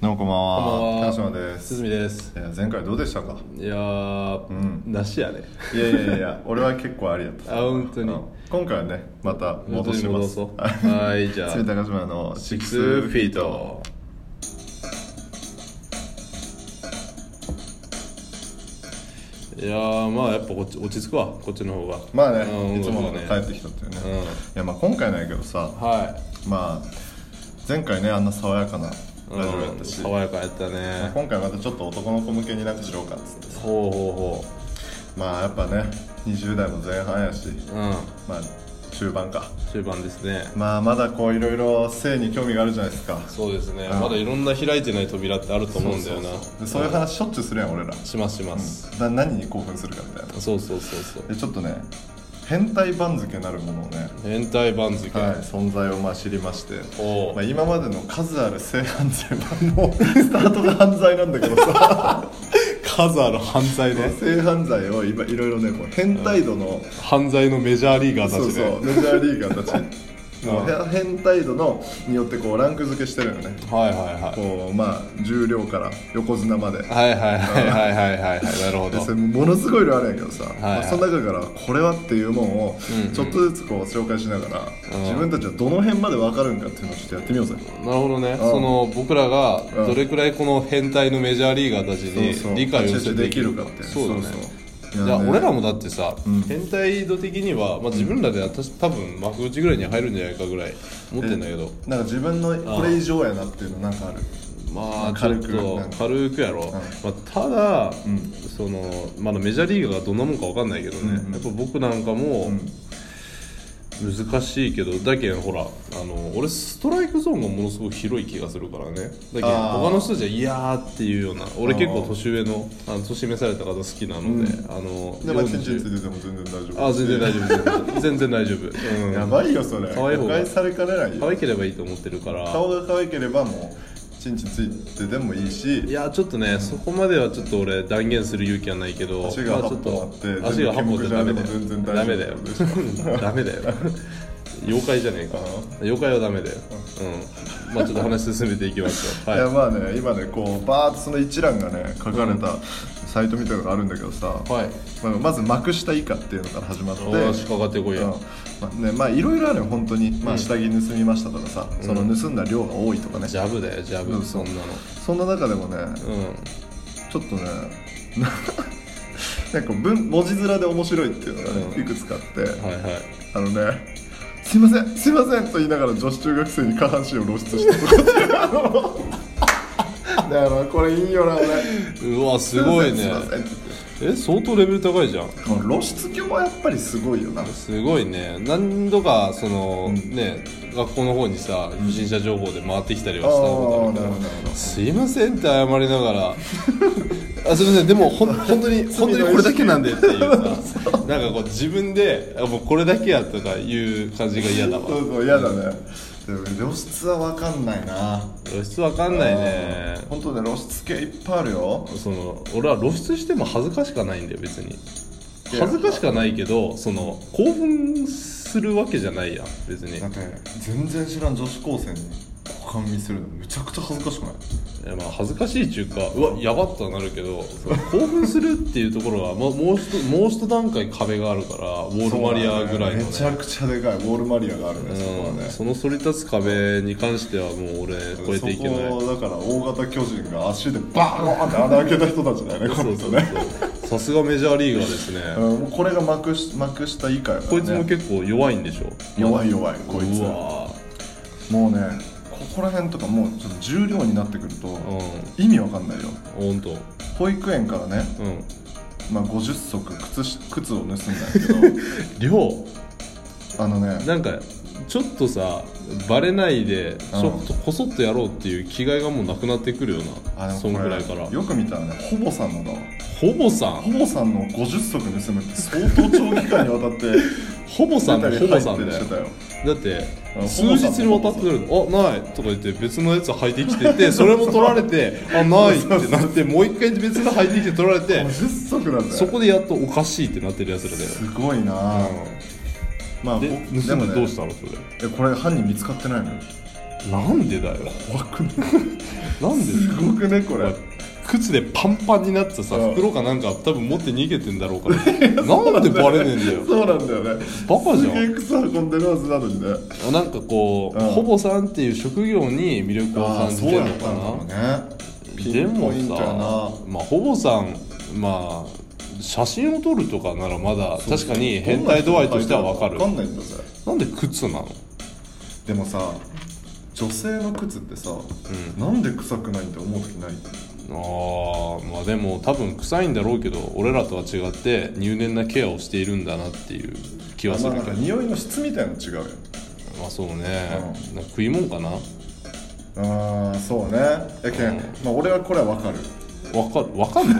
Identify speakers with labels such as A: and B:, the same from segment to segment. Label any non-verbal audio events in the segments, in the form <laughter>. A: どうもこんばんは。
B: こんばんは
A: 高島です。
B: すずみです
A: いや前回どうでしたか。
B: いやー、
A: ん
B: なしやね
A: いやいやいやいや、俺は結構ありだった。
B: あ本当に
A: うん今回はね、また戻します。
B: 戻そう <laughs> はいじゃあ
A: 次高島のシックスフィート。
B: いやーまあやっぱこっち落ち着くわこっちの方が
A: まあね
B: う、ん
A: いつものね
B: そう
A: 帰
B: だ
A: ってきたっていうね。
B: うん
A: いやまあ今回なんやけどさ、
B: は
A: まあ前回ねあんな爽やかなラジ
B: い、
A: オやったし、
B: うん爽やかやったね
A: 今回またちょっと男の子向けになんかしようかっつって。
B: ほうほ
A: まあやっぱね、20代も前半やし、
B: うほううん
A: まあ中盤か。
B: 終盤ですね
A: まあまだこういろいろ性に興味があるじゃないですか。
B: そうですね
A: ん
B: まだいろんな開いてない扉ってあると思うんだよ
A: そ
B: な
A: うそうそうでそういう話しょっちゅうするやん俺ら
B: しますします、
A: な何に興奮するかみたいな
B: そうそうそうそう
A: でちょっとね変態番付なるものをね、
B: 変態番付、
A: はい、存在をまあ知りまして
B: おう
A: まあ、今までの数ある性犯罪はもう <laughs> スタートが犯罪なんだけど
B: <laughs>
A: さ
B: 数ある犯罪ね
A: 性犯罪を今いろいろねもう変態度の、
B: 犯罪のメジャーリーガーたち
A: そ
B: ね
A: うそうメジャーリーガー
B: <laughs>
A: たちの
B: う
A: 変態度のによってこうランク付けしてるよね
B: はいはいはい
A: こうまあ重量から横綱まで
B: はいはいはいはいはいはいはいなるほ
A: でそれ
B: ど
A: ものすごい量あるんやけどさ、まあ
B: はい
A: その中からこれはっていうもんを
B: うんうん
A: ちょっとずつこう紹介しながら、
B: うん
A: 自分たちはどの辺まで分かるんかっていうのをちょっとやってみようぜ
B: なるほどねその僕らが
A: うん
B: どれくらいこの変態のメジャーリーガーたち
A: そうそう
B: に理解を
A: 立ち位
B: して
A: 置できるかって
B: そうだね
A: そうそう
B: い
A: い
B: や
A: ね
B: 俺らもだってさ、
A: ん
B: 変態度的には、まあ、自分らではたし多分幕内ぐらいには入るんじゃないかぐらい思ってんだけど
A: なんか自分のこれ以上やなっていうのなんかある
B: ま
A: まあ
B: あちょ
A: 軽
B: っ
A: く
B: と
A: なんか
B: 軽くやろ、まあ、ただ、そのまだメジャーリーガーがどんなもんかわかんないけどね、
A: うんうん
B: やっぱ僕なんかも難しいけどだけんほらあの俺ストライクゾーンがものすごく広い気がするからねだけん
A: あー
B: 他の人じゃ「いやー」っていうような俺結構年上のあの年召された方好きなので、
A: う
B: あの
A: でもチンチンつ
B: 40
A: いてても全然大丈夫
B: あ全然大丈
A: <laughs>
B: 夫全然全然大丈夫、うん、
A: やばいよそれ
B: 可愛い方
A: 誤
B: が
A: 解されかねない
B: 可
A: よ
B: 愛ければいいと思ってるから
A: 顔が可愛ければもうチンチンついててもいいし
B: いやちょっとね、そこまではちょっと俺断言する勇気はないけど
A: 足が
B: まあち
A: 8
B: ょっ
A: 本あ
B: と
A: って
B: 足が8本じゃダメだよ
A: 全然大丈夫
B: ダメだよ <laughs> ダメだよ妖怪じゃねえか妖怪はダメだようんまあちょっと話進めていきましょうは
A: <laughs>
B: い
A: いや
B: はい
A: まあね今ねこうバーッとその一覧がね書かれたサイトみたいなのがあるんだけどさ、まあまず幕下以下っていうのから始まって、
B: お
A: う
B: ー
A: ん
B: しかかってこいや
A: まあねまあいろいろあるよ本当に、まあ、下着盗みましたとかさ、その盗んだ量が多いとかね、
B: ジャブだよジャ
A: うん
B: ブそんなの
A: そんな中でもね
B: う
A: ちょっとね <laughs> なんか文文字面で面白いっていうのがね、
B: うん
A: いくつかあって、
B: んはいはい
A: あのねすいませんすいませんと言いながら女子中学生に下半身を露出したと
B: <laughs>
A: かだからこれいいよな俺
B: うわすごい
A: すい
B: ね
A: ませんすいませんって言って
B: え相当レベル高いじゃん
A: この露出狂はやっぱりすごいよな
B: すごいね何度かその、ね学校の方にさ不審者情報で回ってきたりはしたことあるけど
A: あーなるほどなるほど
B: すいませんって謝りながら <laughs> あすいませんでもほん本当に本当にこれだけなんでっていうさなんかこう自分であもうこれだけやとかいう感じが嫌だ
A: そ
B: わ
A: うそう嫌だね、でも露出は分かんないな
B: 露出わかんないね
A: 本当ね露出系いっぱいあるよ
B: その俺は露出しても恥ずかしかないんだよ別に恥ずかしかないけどその興奮するわけじゃないやん別に
A: だって全然知らん女子高生に股間見せるのめちゃくちゃ恥ずかしくない
B: いやまあ恥ずかしいっていうかうわやばっとはなるけどその興奮するっていうところはもうもう一もう一段階壁があるからウォールマリアぐらいの
A: め
B: ね
A: ちゃくちゃでかいウォールマリアがあるね、そこは
B: うん
A: ね
B: そのそり立つ壁に関してはもう俺超えていけない
A: そこだから大型巨人が足でバーンって穴開けた人たちだよねこ
B: そ
A: の
B: う
A: 人
B: そうそう
A: ね
B: さすがメジャーリーガーですね、
A: うんもうこれが幕下幕下以下やから、ね、
B: こいつも結構弱いんでしょ
A: 弱い
B: よ
A: 弱いこいつ
B: うわ
A: もうねここら辺とかもうちょっと重量になってくると、
B: うん
A: 意味わかんないよ
B: ほんと
A: 保育園からね、
B: うん
A: まあ、50足靴し靴を盗んだんや
B: <laughs>
A: け
B: 量
A: どあのね
B: なんかちょっとさバレないでち
A: うん
B: ょっとこそっとやろうっていう気概がもうなくなってくるよ
A: あ
B: な
A: でもこれ
B: そんぐらいから
A: よく見たらねほぼさんのだわ
B: ほぼさん
A: ほぼさんの50足盗むって相当長期間にわたって
B: <laughs> ほぼさんだよほぼさ
A: 出たり入った
B: ん
A: り
B: だよ
A: してたよ
B: だって
A: うん
B: 数日にわたってなるの「あない」とか言って別のやつ履いてきて <laughs> てそれも取られて「あない」ってなってもう一回別の履いてきて取られて
A: 50足なんだよ
B: そこでやっとおかしいってなってるやつらだよ
A: すごいな、まあ
B: で
A: 僕
B: 盗んでどう
A: ね
B: したのそれ
A: えこれ犯人見つかってないのよ
B: なんでだよ
A: 怖くない
B: なんです
A: ごくねこれ
B: 靴でパンパンになってさ
A: うん
B: 袋かなんか多分持って逃げてん
A: <laughs>
B: だろうからなんでバレねえんだよ
A: そうなんだよね
B: バカじ
A: す
B: ゃん
A: げえ靴運んでるはずなのにね
B: なんかこう、
A: うん
B: ほぼさんっていう職業に魅力を感じてるのかな
A: ね
B: でもさまあほぼさんまあ写真を撮るとかならまだ確かに変態度合いとしてはわかる
A: わかんないんだぜ
B: なんで靴なの
A: でもさ女性の靴ってさ、
B: ん
A: なんで臭くないって思う時ない
B: あーまあでも多分臭いんだろうけど俺らとは違って入念なケアをしているんだなっていう気はす
A: ま
B: る
A: あ
B: け
A: なん
B: ど
A: か匂いの質みたいの違うよね
B: まあそうね
A: う
B: なんか食いもんかな
A: ああそうねやけん、
B: うん
A: まあ、俺はこれは分かる
B: わかるわかん
A: <laughs>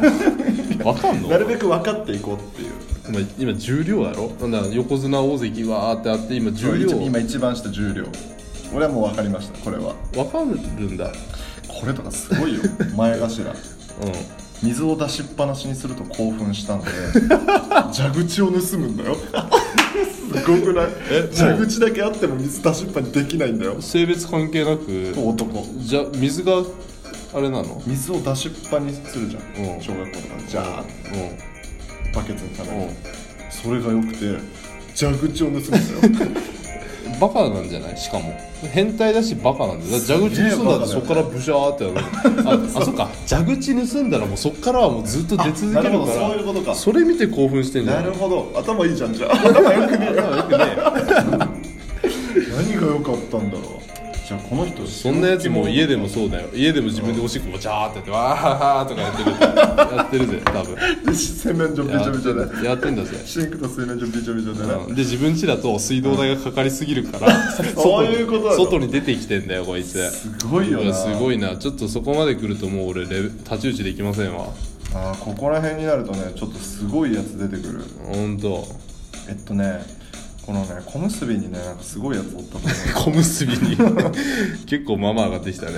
B: のわかんの
A: なるべく分かっていこうっていう
B: 今今重量やろなんだ横綱大関わーってあって今重量
A: そう一今一番下重量俺はもう分かりましたこれは
B: わかるんだ
A: これとかすごいよ前頭
B: う
A: 水を出しっぱなしにすると興奮したんで <laughs> 蛇口を盗むんだよすごくない
B: え
A: 蛇口だけあっても水出しっぱにできないんだよ
B: ん性別関係なく
A: 男
B: じゃ水があれなの
A: 水を出しっぱにするじゃん、
B: うん
A: 小学校とかじゃーって
B: う
A: バケツに食べ
B: んう
A: る
B: ん
A: それがよくて蛇口を盗むんだ <laughs> よ
B: バカなんじゃないしかも変態だしバカなんだよだって蛇口盗んだら
A: すげ
B: そ
A: えバカ
B: こか
A: だよね
B: らブシャーっ
A: <laughs>
B: てやるああそっか蛇口盗んだらもうそこからはもうずっと出続ける
A: な
B: か
A: る
B: ら
A: ほどそういうことか
B: それ見て興奮してんじゃ
A: なんるほど頭いいじゃんじゃあ頭よくねえよ
B: あよくね
A: <laughs> 何が良かったんだろうじゃあこの人
B: そんなやつも
A: <laughs>
B: 家でもそうだよ家でも自分でおしっこもジャーってやってわーはーはーとかやってるやってるぜ多分
A: 洗面所びち
B: や
A: ょ
B: っ
A: び
B: て
A: ちょ
B: ん
A: で
B: だやってんだぜ
A: シンクと洗面所びちょびちょでね、
B: うんで自分家だと水道代がかかりすぎるから外に
A: <laughs> そういうことなの
B: 外に出てきてんだよこいつ
A: すごいよ
B: いや
A: な
B: すごいなちょっとそこまで来るともう俺レベ太刀打ちできませんわ
A: あーここら辺になるとねちょっとすごいやつ出てくる
B: ほんと
A: えっとねこのね小結びにねなんかすごいやつおった
B: <laughs>
A: と思う
B: 小結び <laughs> に結構まあまあ上がってきたね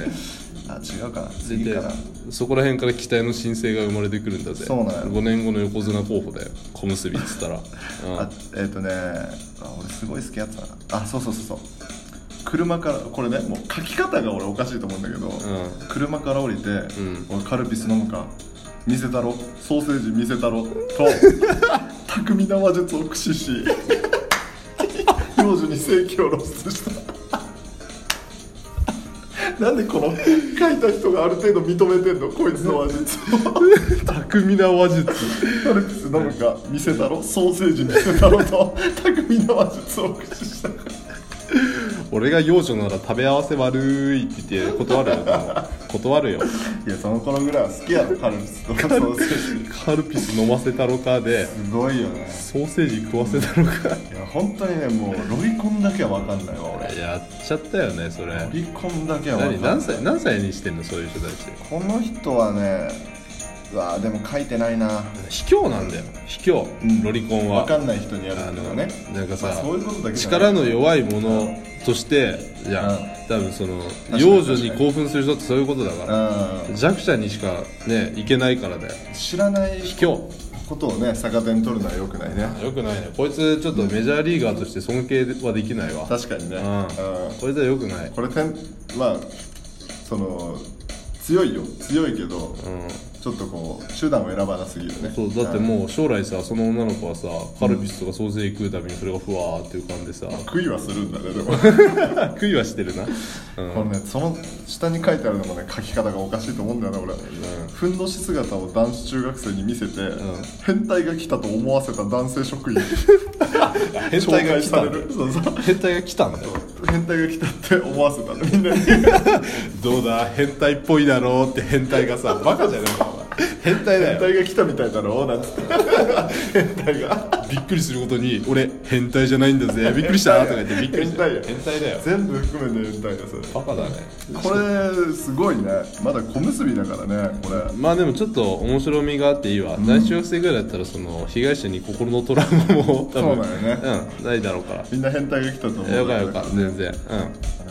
A: あ違うかな次から
B: でそこら辺から期待の新星が生まれてくるんだぜ
A: そうなんよ
B: 5年後の横綱候補だよ小結びっつったら、 <laughs> うん
A: あえっ、とねあ俺すごい好きやつだなあそうそうそうそう車からこれねもう書き方が俺おかしいと思うんだけど、
B: ん
A: 車から降りて、
B: ん
A: 俺カルピス飲むか見せたろソーセージ見せたろ <laughs> と巧みな話術を駆使し幼女に正規を露出したなんでこの書いた人がある程度認めてんのこいつの話術を
B: 巧みな話術
A: カルピス飲むか見せたろソーセージ見せたろと巧みな話術を駆使した
B: 俺が幼女なら食べ合わせ悪いって言って断るよで <laughs> も断るよ
A: いやその頃ぐらいは好きやろ <laughs> カルピスとかソーセージ
B: カルピス飲ませたろかです
A: ごいよね
B: ソーセージ食わせたろか
A: いや本当にねもうロリコンだけは分かんないわ俺
B: やっちゃったよねそれ
A: ロリコンだけは分
B: 何
A: かん
B: 何
A: ない
B: 歳何歳にしてんのそういう人たち
A: この人はねうわでも書いてないな
B: 卑怯なんだよ卑怯、
A: ん
B: ロリコンは
A: 分かんない人にやる
B: あ
A: っていう
B: の
A: のね
B: なんかさ、
A: まあそういうことだけじゃない
B: 力の弱いものとしてじゃあ、
A: うん
B: 多分その
A: かに
B: 幼女に興奮する人ってそういうことだから
A: うん
B: 弱者にしかねいけないからだよ
A: 知らない
B: 卑怯
A: ことをね逆手に取るのはよくないね
B: よくないねこいつちょっとメジャーリーガーとして尊敬はできないわ
A: 確かにね
B: う
A: うんん
B: こいつはよくない
A: これてんまあその強いよ強いけど
B: うん
A: ちょっとこう手段を選ばなすぎるね
B: そうだってもう将来さその女の子はさカルピスとかソーセージ食うたびにそれがふわーって浮かんでさ
A: 悔いはするんだねでも
B: <laughs> 食いはしてるなうん
A: このねその下に書いてあるのもね書き方がおかしいと思うんだよね俺、ふんどし姿を男子中学生に見せて、
B: ん
A: 変態が来たと思わせた男性職 <laughs> 員
B: 変態が来たんだ
A: そうそう
B: 変態が来たんだよ
A: 変態が来たって思わせたね <laughs> みんなに
B: どうだ変態っぽいだろうって変態
A: <laughs>
B: がさバカじゃねえかお前変態だ
A: 変
B: よ
A: 態が来たみたいだろうなんつって <laughs> 変態が
B: びっくりすることに俺変態じゃないん
A: <laughs>
B: だぜびっくりしたとか言ってびっくりした
A: 変態や
B: 変態だよ
A: 全部含めて変態だそれ
B: バカだね
A: これすごいねまだ小結びだからねこれ
B: まあでもちょっと面白みがあっていいわ、男子学生ぐらいだったらその被害者に心のトラウマも多分
A: そうだよね
B: うん、ないだろうから
A: みんな変態が来たと思うんだ
B: よ
A: よ
B: か
A: ね
B: よか全然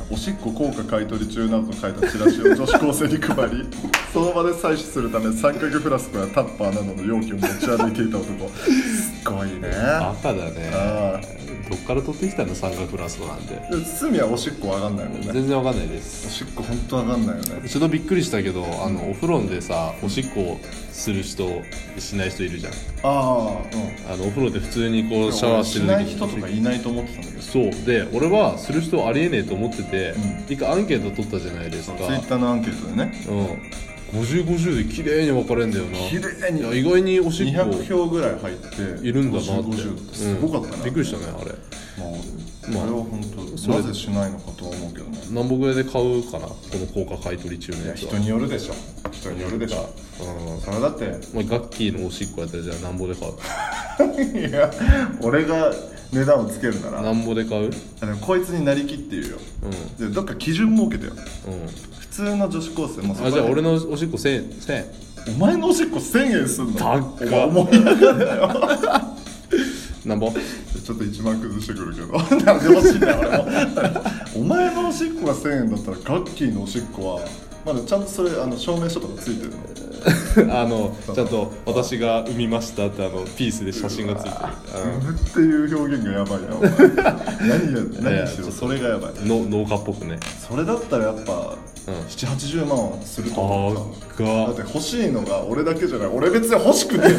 A: おしっこ効果買い取り中などと書いたチラシを女子高生に配
B: <laughs>
A: りその場で採取するため三角フラスコやタッパーなどの容器を持ち歩いていた男すごいね
B: うんバカだね
A: ああ
B: どっから取ってきたんだ三角フラスコなんて
A: 堤はおしっこわかんないもんね
B: 全然わかんないで
A: お
B: す
A: しっこほんとわかんないよね
B: ちょっとびっくりしたけどあのお風呂でさおしっこする人しない人いるじゃん
A: ああうん
B: あのお風呂で普通にこうシャワーしてる
A: しない
B: 時
A: 人とかいないと思ってたんだけど
B: そうで俺はする人ありえねえと思ってて、
A: う
B: 一回アンケート取ったじゃないですか
A: ツイッターのアンケートでね
B: うん5050で綺麗に分かれんだよな
A: 綺麗
B: いや
A: に
B: 意外におしっこ
A: 200票ぐらい入って
B: いるんだなって
A: 50ってすごかった
B: うん
A: な
B: びっくりしたねあれ
A: まあ、それ
B: まあ
A: は本
B: そ
A: 当
B: れ
A: なぜしないのかとは思うけどね
B: 南北屋で買うかなこの高価買い取り中の
A: いや
B: やつは
A: 人によるでしょ人によるでしょそれだって
B: うんお前ガッキーのおしっこやったらじゃあなんぼで買
A: <laughs>
B: う
A: いや俺が値段をつけるなら
B: なんぼで買う
A: あでもこいつになりきって言うよ
B: うん
A: でどっか基準設けてよ
B: うん
A: 普通の女子高生もそこ
B: あじゃあ
A: で
B: 俺のおしっこ1000円1000円
A: お前のおしっこ1000円すんの
B: 高っ
A: お前思いやがんなよ
B: なんぼ
A: <laughs> ちょっと1万崩してくるけど <laughs> なんで欲しいんだよ俺もお前のおしっこが1000円だったらガッキーのおしっこはまだちゃんとそれあの証明書とかついてるの
B: <laughs> あのちゃんと私が産みましたってあのピースで写真がついてる
A: 産む <laughs> っていう表現がやばいなお <laughs> 前何や何しろそれがやばい
B: あの農家っぽくね
A: それだったらやっぱ、780万はすると思ってた
B: 高
A: だ
B: っ
A: って欲しいのが俺だけじゃない俺別に欲しくね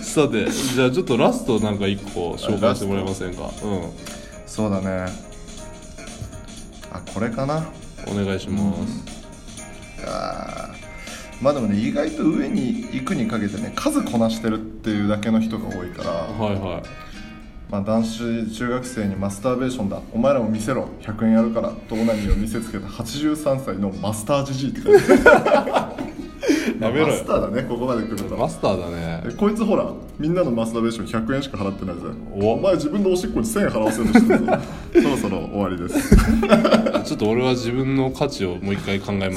B: さてじゃあちょっとラストなんか一個紹介してもらえませんかう
A: え <laughs> そうだねあこれかなん
B: お願いします、
A: あーまあでもね意外と上に行くにかけてね数こなしてるっていうだけの人が多い <laughs> から、
B: はいはい
A: まあ、男子中学生にマスターベーションだお前らも見せろ100円やるからとオナニーを見せつけた83歳のマスタージジイって書いてある
B: やめろ
A: マスタ
B: よ
A: ーだねここまで来ると
B: マスターだね
A: えこいつほらみんなのマスターベーション100円しか払ってないぜ
B: お
A: お前自分のおしっこに1000円払わせるとしてるぞそろそろ終わりです
B: ちょっと俺は自分の価値をもう一回考えます